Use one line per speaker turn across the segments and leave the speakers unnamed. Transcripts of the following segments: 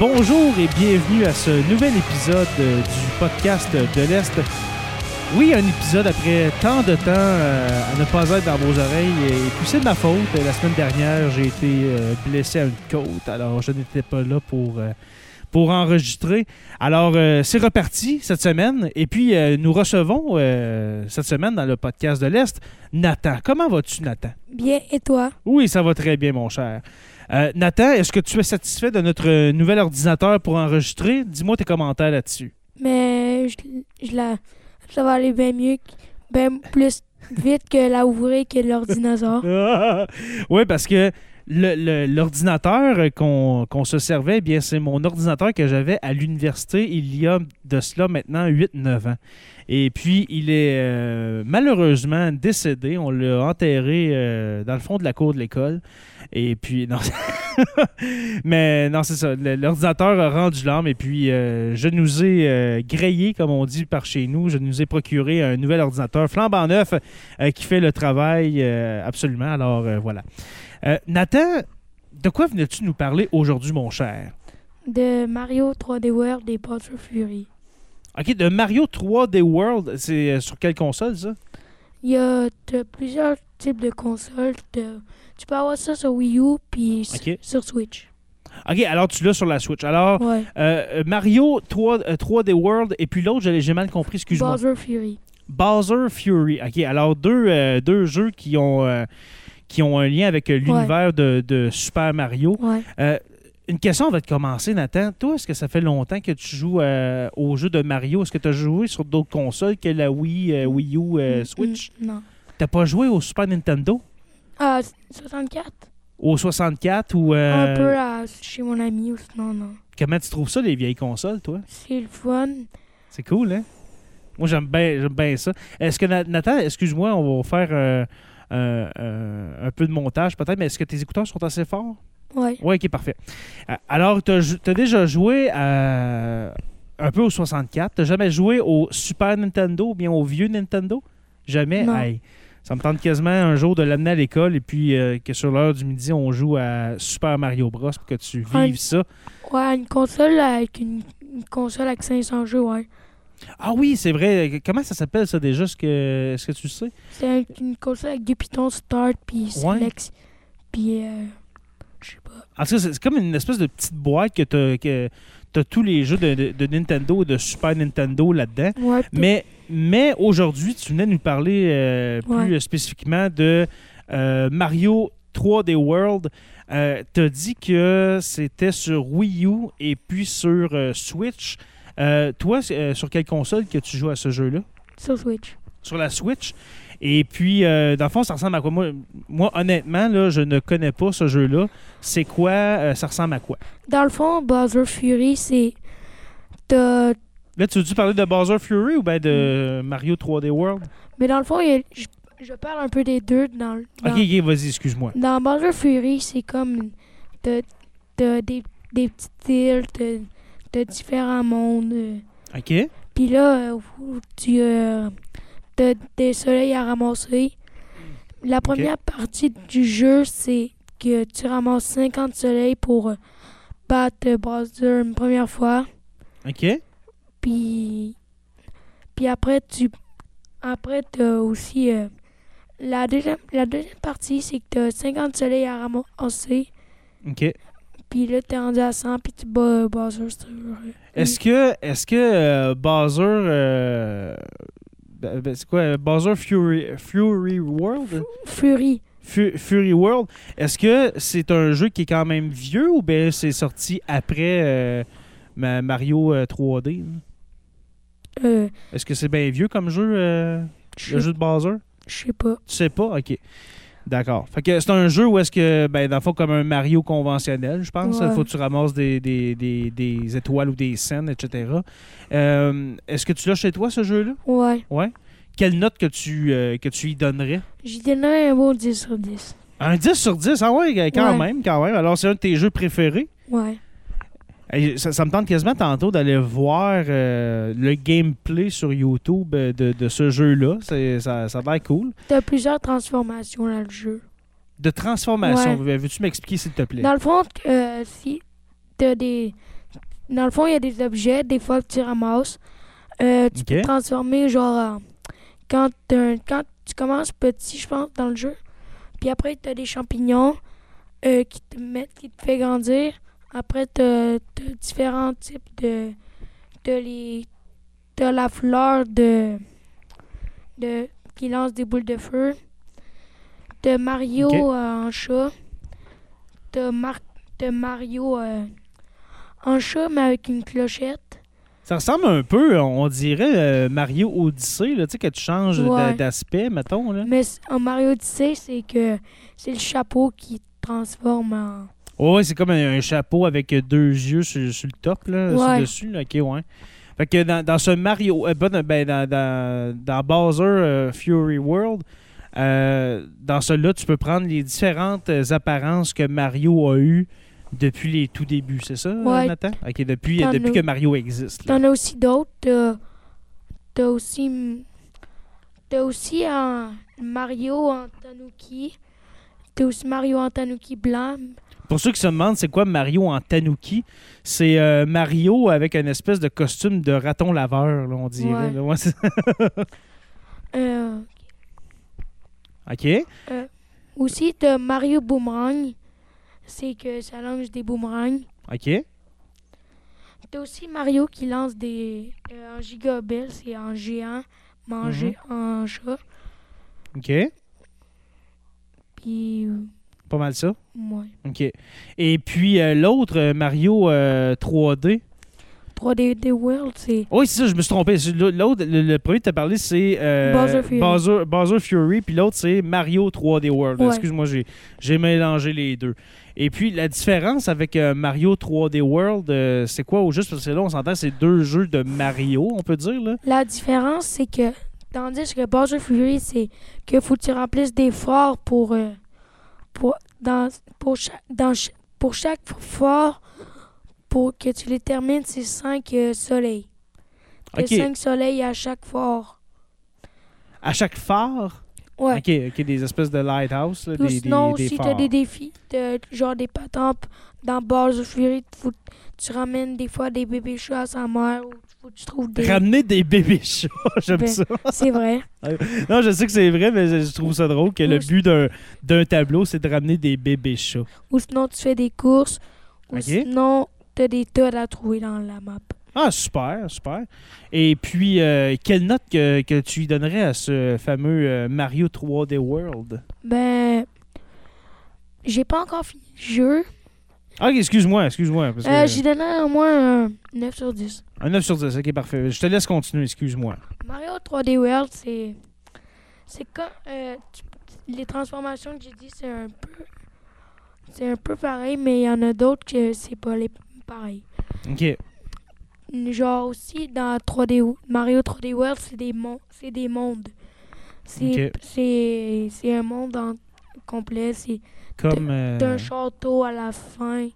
Bonjour et bienvenue à ce nouvel épisode euh, du podcast de l'Est. Oui, un épisode après tant de temps euh, à ne pas être dans vos oreilles. Et puis c'est de ma faute. Euh, La semaine dernière, j'ai été euh, blessé à une côte, alors je n'étais pas là pour, euh, pour enregistrer. Alors euh, c'est reparti cette semaine. Et puis euh, nous recevons euh, cette semaine dans le podcast de l'Est Nathan. Comment vas-tu, Nathan?
Bien, et toi?
Oui, ça va très bien, mon cher. Euh, Nathan, est-ce que tu es satisfait de notre euh, nouvel ordinateur pour enregistrer? Dis-moi tes commentaires là-dessus.
Mais je, je la, ça va aller bien mieux, que- bien plus vite que la ouvrir que l'ordinateur.
oui, parce que le- le- l'ordinateur euh, qu'on qu'on se servait, eh bien, c'est mon ordinateur que j'avais à l'université il y a de cela maintenant 8-9 ans. Et puis, il est euh, malheureusement décédé. On l'a enterré euh, dans le fond de la cour de l'école. Et puis, non. Mais non, c'est ça. Le- L'ordinateur a rendu l'âme. Et puis, euh, je nous ai euh, grillé, comme on dit par chez nous. Je nous ai procuré un nouvel ordinateur flambant neuf euh, qui fait le travail euh, absolument. Alors, euh, voilà. Euh, Nathan, de quoi venais-tu nous parler aujourd'hui, mon cher?
De Mario 3D World et Bowser Fury.
OK, de Mario 3D World, c'est euh, sur quelle console, ça?
Il y a t'as plusieurs types de consoles. t'as- Tu peux avoir ça sur Wii U puis s-
Ok.
sur Switch.
OK, alors tu l'as sur la Switch. Alors,
Ouais.
euh, Mario 3, d World, et puis l'autre, j'ai j'ai mal compris, excuse-moi.
Bowser Fury.
Bowser Fury. OK, alors deux, euh, deux jeux qui ont, euh, qui ont un lien avec euh, l'univers de, de Super Mario.
Ouais.
Euh, une question va te commencer, Nathan. Toi, est-ce que ça fait longtemps que tu joues euh, aux jeux de Mario? Est-ce que tu as joué sur d'autres consoles que la Wii, euh, Wii U, euh,
Mm,
Switch?
mm, Non.
T'as pas joué au Super Nintendo?
Ah, 64?
Au 64 ou... euh,
Un peu à- chez mon ami ou sinon, non.
Comment tu trouves ça, les vieilles consoles, toi?
C'est le fun.
C'est cool, hein? Moi, j'aime bien j'aime bien ça. Est-ce que, Na- Nathan, excuse-moi, on va faire euh, euh, euh, un peu de montage peut-être, mais est-ce que tes écouteurs sont assez forts?
Ouais.
Oui, ok, parfait. Euh, Alors, tu as, déjà joué à- un peu au 64. Tu jamais joué au Super Nintendo ou bien au vieux Nintendo? Jamais?
Non.
Hey, ça me tente quasiment un jour de l'amener à l'école et puis euh, que sur l'heure du midi, on joue à Super Mario Bros. pour que tu
Ouais.
vives ça.
Ouais, une console avec une, une console avec 500 jeux, ouais.
Ah oui, c'est vrai. Comment ça s'appelle ça déjà? Est-ce que, est-ce que tu le sais?
C'est un- une console avec des pitons start puis select puis euh, je sais pas.
En tout cas, c'est c'est comme une espèce de petite boîte que t'as- que tu as tous les jeux de, de- de Nintendo et de Super Nintendo là-dedans.
Ouais, puis-
Mais, mais aujourd'hui, tu venais nous parler euh, plus
Ouais.
spécifiquement de euh, Mario 3D World. tu as dit que c'était sur Wii U et puis sur euh, Switch. Euh, toi, c'est, euh, sur quelle console que tu joues à ce jeu-là?
sur Switch.
Sur la Switch. Et puis, euh, dans le fond, ça ressemble à quoi? Moi, moi, honnêtement, là, je ne connais pas ce jeu-là. C'est quoi? Euh, ça ressemble à quoi?
Dans le fond, Bowser Fury, c'est t'as-
Là, tu veux-tu parler de Bowser Fury ou ben de Mario 3D World?
mais dans le fond, il y a- je, je parle un peu des deux dans le- dans,
Ok, ok, vas-y, excuse-moi.
dans Bowser Fury, c'est comme t'as t'as des, des petites îles, t'as t'as différents mondes. euh.
Ok.
Puis là, euh, où tu euh, t'as des soleils à ramasser. La première partie du jeu, c'est que tu ramasses 50 soleils pour euh, battre Bowser une première fois.
Ok.
Puis, puis après, tu après t'as aussi... euh, la, deuxième, la deuxième partie, c'est que t'as 50 soleils à ramasser.
OK.
Puis là, t'es rendu à 100, puis tu bats euh, Bowser sur... euh,
Est-ce que, est-ce que euh, Bowser. euh, ben, ben, c'est quoi euh, Bowser Fury, Fury World
Fury.
Fu- Fury World. Est-ce que c'est un jeu qui est quand même vieux ou bien c'est sorti après euh, ma- Mario euh, 3D là?
Euh,
Est-ce que c'est bien vieux comme jeu, euh,
Je
le jeu de Bowser
je sais pas.
Tu sais pas Ok. D'accord. Fait que c'est un jeu où est-ce que, ben, dans le fond, comme un Mario conventionnel, je pense. Il
Ouais.
faut que tu ramasses des, des- des- des étoiles ou des scènes, etc. Euh, est-ce que tu l'as chez toi, ce jeu-là?
Ouais.
Ouais. Quelle note que tu, euh, que tu y donnerais?
J'y donnerais un bon 10 sur 10.
Un 10 sur 10, ah ouais, quand
Ouais.
même, quand même. Alors, c'est un de tes jeux préférés.
Ouais.
Hey, Ça, ça me tente quasiment tantôt d'aller voir euh, le gameplay sur YouTube euh, de, de ce jeu-là. C'est- Ça, ça a l'air cool.
T'as plusieurs transformations dans le jeu.
De transformation,
Ouais.
veux- veux-tu m'expliquer, s'il te plaît?
Dans le fond, euh, si t'as des. Dans le fond, il y a des objets, des fois que tu ramasses. Euh, tu peux
Ok.
te transformer, genre, en- quand, t'as un- quand tu commences petit, je pense, dans le jeu. Puis après, tu as des champignons euh, qui te mettent, qui te fait grandir. Après, tu as, différents types de. T'as les. T'as la fleur de. de qui lance des boules de feu. T'as Mario
Ok.
euh, en chat. T'as Mar- t'as Mario euh, en chat, mais avec une clochette.
Ça ressemble un peu, on dirait euh, Mario Odyssey, là, tu sais, que tu changes d'a-
Ouais.
d'aspect, mettons. Là.
Mais c- en Mario Odyssey, c'est que c'est le chapeau qui te transforme en.
Oh, ouais, c'est comme un, un chapeau avec deux yeux sur, sur le top, là, sur
Ouais.
le dessus. Là. OK, ouais. Fait que dans, dans ce Mario... euh, pas dans- ben, dans, dans, dans Bowser euh, Fury World, euh, dans celui-là, tu peux prendre les différentes euh, apparences que Mario a eues depuis les tout débuts, c'est ça,
Ouais.
Nathan? OK, depuis,
T'en
depuis
as-
que Mario existe. là.
T'en as aussi d'autres. T'as t'as aussi. mm, T'as aussi un Mario en tanuki. T'as aussi Mario en tanuki blanc.
Pour ceux qui se demandent c'est quoi Mario en tanuki, c'est euh, Mario avec une espèce de costume de raton laveur, là, on dirait.
Ouais.
là. Ouais, c'est-
Euh,
OK.
aussi, t'as Mario Boomerang. C'est que ça lance des boomerangs.
OK.
T'as aussi Mario qui lance des. euh, en gigabel, c'est en géant, manger en chat.
OK.
Puis. euh,
Pas mal ça.
ouais.
OK. Et puis euh, l'autre, euh, Mario euh, 3D.
3D The World, c'est.
Oui, c'est ça, je me suis trompé. C'est l'au- L'autre, le, le premier que tu as parlé, c'est euh,
Bowser Fury.
Bowser, Bowser Fury, puis l'autre, c'est Mario 3D World.
Ouais.
Excuse-moi, j'ai, j'ai mélangé les deux. Et puis, la différence avec euh, Mario 3D World, euh, c'est quoi au juste? Parce que là, on s'entend, c'est deux jeux de Mario, on peut dire. Là.
La différence, c'est que. Tandis que Bowser Fury, c'est que faut que tu remplisses des forts pour. euh, pour, dans, pour, chaque, dans, ch- pour chaque fort, pour que tu les termines, c'est 5 soleils. T'as
OK.
5 soleils à chaque fort.
À chaque phare,
Ouais.
OK, OK, des espèces de lighthouse, là,
Ou
des, des,
sinon,
des
si
phares.
t'as des défis, t'as genre des patentes dans Bowser Fury, faut- tu ramènes des fois des bébés chats à sa mère ou faut que tu trouves des.
Ramener des bébés chats, j'aime
Ben,
ça.
C'est vrai.
Non, je sais que c'est vrai, mais je je trouve ça drôle que le
Oui, je-
but d'un, d'un tableau, c'est de ramener des bébés chats.
Ou sinon, tu fais des courses. Ou
Ok.
sinon, t'as des tonnes à trouver dans la map.
Ah, super, super. Et puis, euh, quelle note que, que tu lui donnerais à ce fameux euh, Mario 3D World?
Ben. J'ai pas encore fini le jeu.
Ah, ok, excuse-moi, excuse-moi. parce que-
Euh, J'ai donné au moins un 9 sur 10.
un 9 sur 10, ok, parfait. Je te laisse continuer, excuse-moi.
Mario 3D World, c'est. C'est comme. euh, tu- les transformations que j'ai dit, c'est un peu. C'est un peu pareil, mais il y en a d'autres que c'est pas les pareil.
Ok,
Genre aussi dans 3D Wo- Mario 3D World, c'est des mon- c'est des mondes. C'est
Ok.
c'est c'est un monde en complet, c'est
comme, euh,
t'as un château à la fin.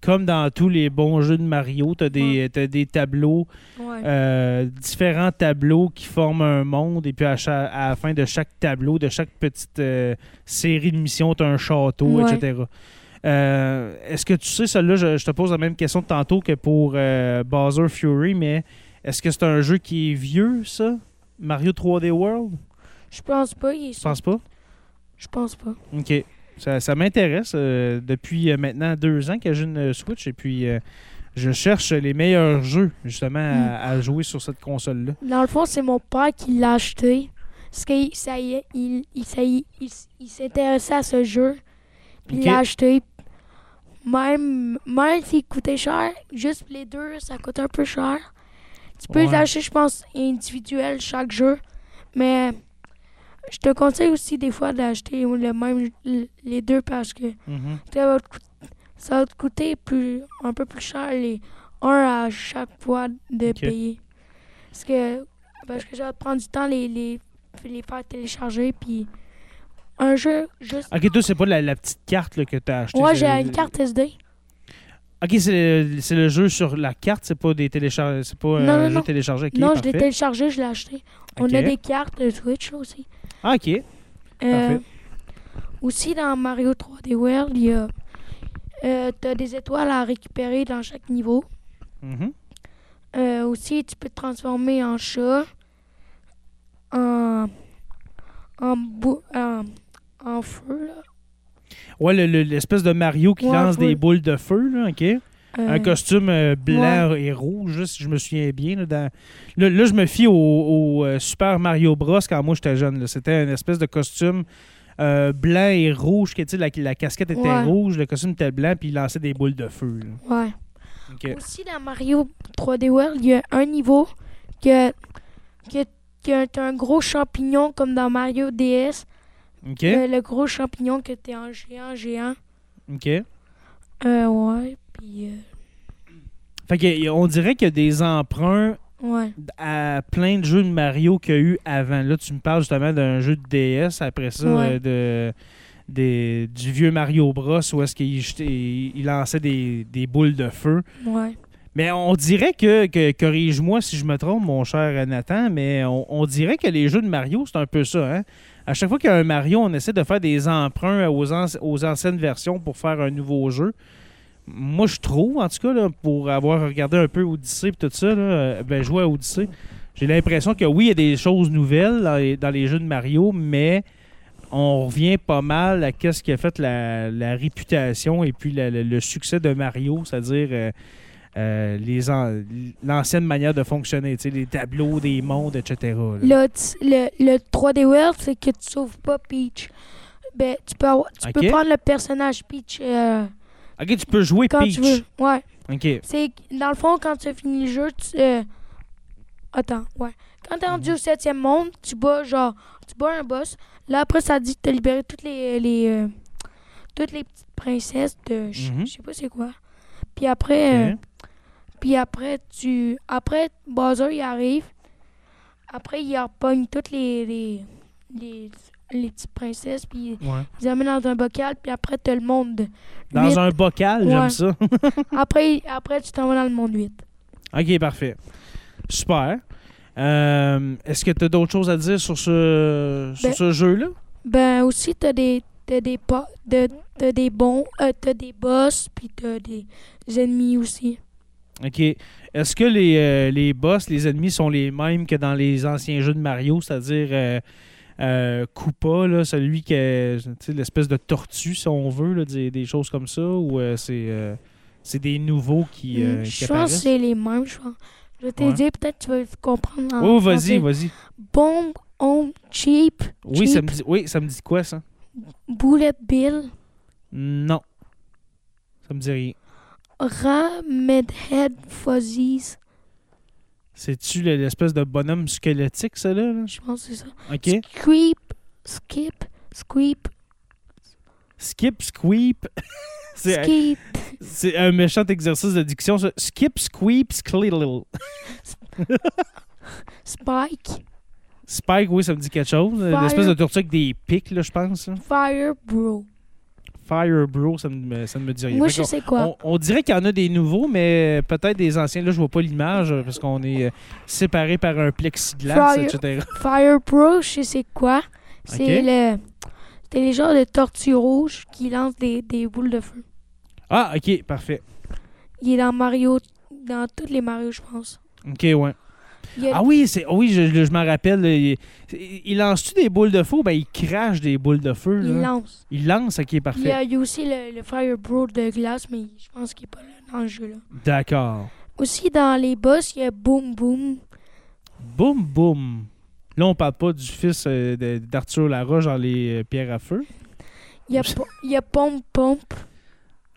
comme dans tous les bons jeux de Mario, t'as des, t'as des tableaux,
Ouais.
euh, différents tableaux qui forment un monde, et puis à, cha- à la fin de chaque tableau, de chaque petite euh, série de missions, t'as un château,
Ouais.
etc. Euh, Est-ce que tu sais, celle-là, je, je te pose la même question de tantôt que pour euh, Bowser Fury, mais est-ce que c'est un jeu qui est vieux, ça? Mario 3D World?
Je pense pas, il est
Je
sur-
pense pas.
je pense pas.
OK. Ça, ça m'intéresse. euh, depuis euh, maintenant deux ans que j'ai une euh, Switch, et puis euh, je cherche les meilleurs jeux, justement, à, à jouer sur cette console-là.
Dans le fond, c'est mon père qui l'a acheté. Parce qu'il ça y est, il, il, ça y est, il s- il s'intéressait à ce jeu. Puis
Ok.
il l'a acheté. Même, même s'il coûtait cher, juste pour les deux, ça coûte un peu cher. Tu peux
Ouais.
les acheter, je pense, individuel chaque jeu. Mais je te conseille aussi des fois d'acheter le même les deux parce que
Mhm.
ça va te, coût- ça va te coûter plus, un peu plus cher les un à chaque fois de
Ok.
payer. Parce que, parce que ça va te prendre du temps les, les, les faire télécharger. Puis un jeu, juste.
Ok, toi, c'est pas la, la petite carte là, que t'as achetée.
Moi, j'ai
c'est-
une carte SD.
Ok, c'est c'est le jeu sur la carte, c'est pas des télécharges, c'est pas
Non,
un
non,
jeu
non.
téléchargé. Ok,
non, je
parfait.
l'ai téléchargé, je l'ai acheté. On
Ok.
a des cartes de Twitch là, aussi.
Ah, ok.
Euh,
Parfait.
aussi, dans Mario 3D World, il y a. euh, t'as des étoiles à récupérer dans chaque niveau.
Mhm.
Euh, aussi, tu peux te transformer en chat, en, en, bou- en, en feu. là.
Ouais, le- le- l'espèce de Mario qui
Ouais,
lance
ouais.
des boules de feu, là, OK?
Euh,
Un costume euh, blanc et rouge, là, si je me souviens bien. Là, dans- là, là, je me fie au, au, euh, Super Mario Bros. quand moi j'étais jeune. là. C'était une espèce de costume euh, blanc et rouge, que, tu sais, la, la casquette était
Ouais.
rouge, le costume était blanc, puis il lançait des boules de feu. là.
ouais.
OK.
Aussi, dans Mario 3D World, il y a un niveau que, que, que t'as un gros champignon comme dans Mario DS.
OK.
Euh, le gros champignon que t'es en géant, géant.
OK.
Euh, ouais, puis... euh,
Fait que, on dirait qu'il y a des emprunts
ouais.
à plein de jeux de Mario qu'il y a eu avant. Là, tu me parles justement d'un jeu de DS, après ça,
Ouais.
euh, de, des- du vieux Mario Bros, où est-ce qu'il jetait- il lançait des, des boules de feu.
Ouais.
Mais on dirait que, que- corrige-moi si je me trompe, mon cher Nathan, mais on, on dirait que les jeux de Mario, c'est un peu ça. Hein? À chaque fois qu'il y a un Mario, on essaie de faire des emprunts aux, anci- aux anciennes versions pour faire un nouveau jeu. Moi, je trouve, en tout cas, là, pour avoir regardé un peu Odyssey et tout ça, là, euh, ben, jouer à Odyssey, j'ai l'impression que oui, il y a des choses nouvelles dans les, dans les jeux de Mario, mais on revient pas mal à quest ce qui a fait la, la réputation et puis la- la- le succès de Mario, c'est-à-dire euh, euh, les an- l'ancienne manière de fonctionner, tu sais, les tableaux, des mondes, etc. là.
Là, tu- le, le 3D World, c'est que tu sauves pas Peach. Ben, tu peux, avoir- tu
Ok.
peux prendre le personnage Peach euh,
Ok, tu peux jouer
quand
Peach.
tu veux. Ouais.
Ok.
C'est que, dans le fond, quand tu as fini le jeu, tu. euh, Attends, ouais. Quand t'es
Mhm.
rendu au septième monde, tu bats genre. Tu bats un boss. Là, après, ça dit que t'as libéré toutes les. les euh, toutes les petites princesses de. Je
Mhm.
je sais pas c'est quoi. Puis après. euh,
Ok.
puis après, tu. Après, Bowser, il arrive. Après, il repogne toutes les. les. les, les petites princesses. Puis
Ouais.
il les amène dans un bocal. Puis après, t'as le monde. de
Dans
huit.
un bocal, j'aime
Ouais.
ça.
Après, après, tu t'en vas dans le monde 8.
ok, parfait. Super. Euh, Est-ce que tu as d'autres choses à dire sur ce, sur
Ben-
ce jeu-là?
Ben aussi, t'as des t'as des po- de- t'as des bons, euh, t'as des boss, puis t'as des ennemis aussi.
OK. Est-ce que les, euh, les boss, les ennemis sont les mêmes que dans les anciens jeux de Mario, c'est-à-dire euh, euh, Koopa, là, celui qui est tu sais, l'espèce de tortue, si on veut, là, des, des choses comme ça, ou euh, c'est euh, c'est des nouveaux qui, euh,
Hmm,
qui
je pense que
apparaissent?
c'est les mêmes, je pense. Je vais te
Ouais.
dire, peut-être tu vas le comprendre. en
Oh, vas-y,
français.
vas-y.
Bomb, on, cheap,
Oui ça, me
Cheap.
dit, oui, ça me dit quoi, ça?
bullet bill,
Non. Ça me dit rien.
rat, medhead, fuzzies.
C'est-tu le- l'espèce de bonhomme squelettique, ça, là? là?
Je pense que c'est ça.
OK.
Squeep, skip, squeep,
Skip, squeep. c'est
skip,
C'est un méchant exercice de diction, ça. Skip, squeep, sklittle.
spike,
Spike, oui, ça me dit quelque chose.
Fire.
L'espèce de tortue avec des pics, là, je pense. là.
fire, bro.
Fire Bro, ça me, ça ne me dit rien.
Moi,
Fait
je
qu'on-
sais quoi.
on, on dirait qu'il y en a des nouveaux, mais peut-être des anciens. Là, je vois pas l'image euh, parce qu'on est euh, séparés par un plexiglas,
Fire.
etc.
Fire Pro, je sais c'est quoi. C'est
Ok.
le. C'est les genres de tortues rouges qui lancent des, des boules de feu.
Ah, ok, parfait.
Il est dans Mario. Dans tous les Mario, je pense.
Ok, ouais.
Il y a-
Ah oui, c'est, oui, je, je- je m'en rappelle. là, Il, il lance-tu des boules de feu? Ben, il crache des boules de feu.
il
là.
lance.
Il lance, ok, parfait.
Il y a, il y a aussi le, le Fire Bro de glace, mais je pense qu'il n'est pas là dans le jeu. Là.
D'accord.
Aussi, dans les boss, il y a Boom Boom.
Boum, boum. Là, on parle pas du fils euh, de- d'Arthur Laroche dans les euh, pierres à feu.
Il y a, po- il y a Pomp Pomp.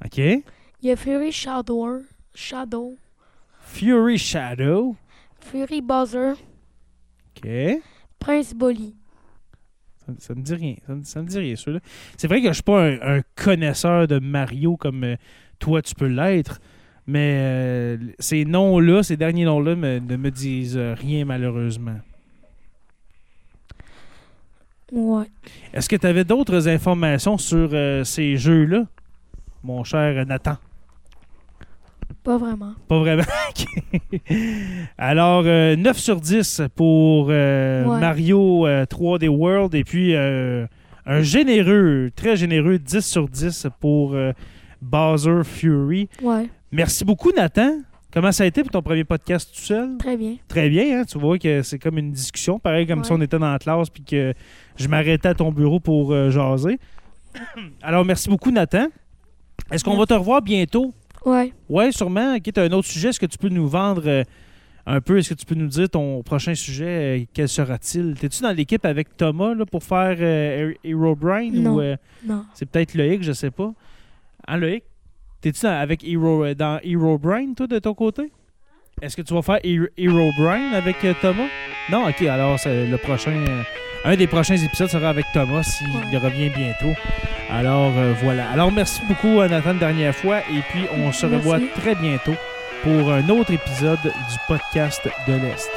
OK.
Il y a Fury Shadow. Shadow.
Fury Shadow.
Fury Bowser.
OK.
Prince Bolly.
Ça, ça me dit rien. Ça me, ça me dit rien, ceux-là. C'est vrai que je suis pas un, un connaisseur de Mario comme euh, toi, tu peux l'être. Mais euh, ces noms-là, ces derniers noms-là me- ne me disent euh, rien, malheureusement.
Ouais.
Est-ce que tu avais d'autres informations sur euh, ces jeux-là, mon cher Nathan?
Pas vraiment.
Pas vraiment. Ok. Alors, euh, 9 sur 10 pour euh,
Ouais.
Mario euh, 3D World et puis euh, un généreux, très généreux 10 sur 10 pour euh, Bowser Fury.
Ouais.
Merci beaucoup, Nathan. Comment ça a été pour ton premier podcast tout seul?
Très bien.
Très bien, hein? tu vois que c'est comme une discussion, pareil comme
Ouais.
si on était dans la classe puis que je m'arrêtais à ton bureau pour euh, jaser. Alors, merci beaucoup, Nathan. Est-ce qu'on va te revoir bientôt?
Ouais.
Oui, sûrement. Ok, tu as un autre sujet. Est-ce que tu peux nous vendre euh, un peu? Est-ce que tu peux nous dire ton prochain sujet? euh, quel sera-t-il? T'es-tu dans l'équipe avec Thomas là, pour faire euh, Her- Herobrine?
Non.
Ou, euh,
Non.
c'est peut-être Loïc, je sais pas. Hein, Loïc? T'es-tu dans- avec Hero, euh, dans Herobrine, toi, de ton côté? Est-ce que tu vas faire Her- Herobrine avec euh, Thomas? Non, ok, alors c'est le prochain. euh, un des prochains épisodes sera avec Thomas s'il
Ouais.
revient bientôt. Alors euh, voilà. Alors merci beaucoup à Nathan une dernière fois et puis on se
Merci.
revoit très bientôt pour un autre épisode du podcast de l'Est.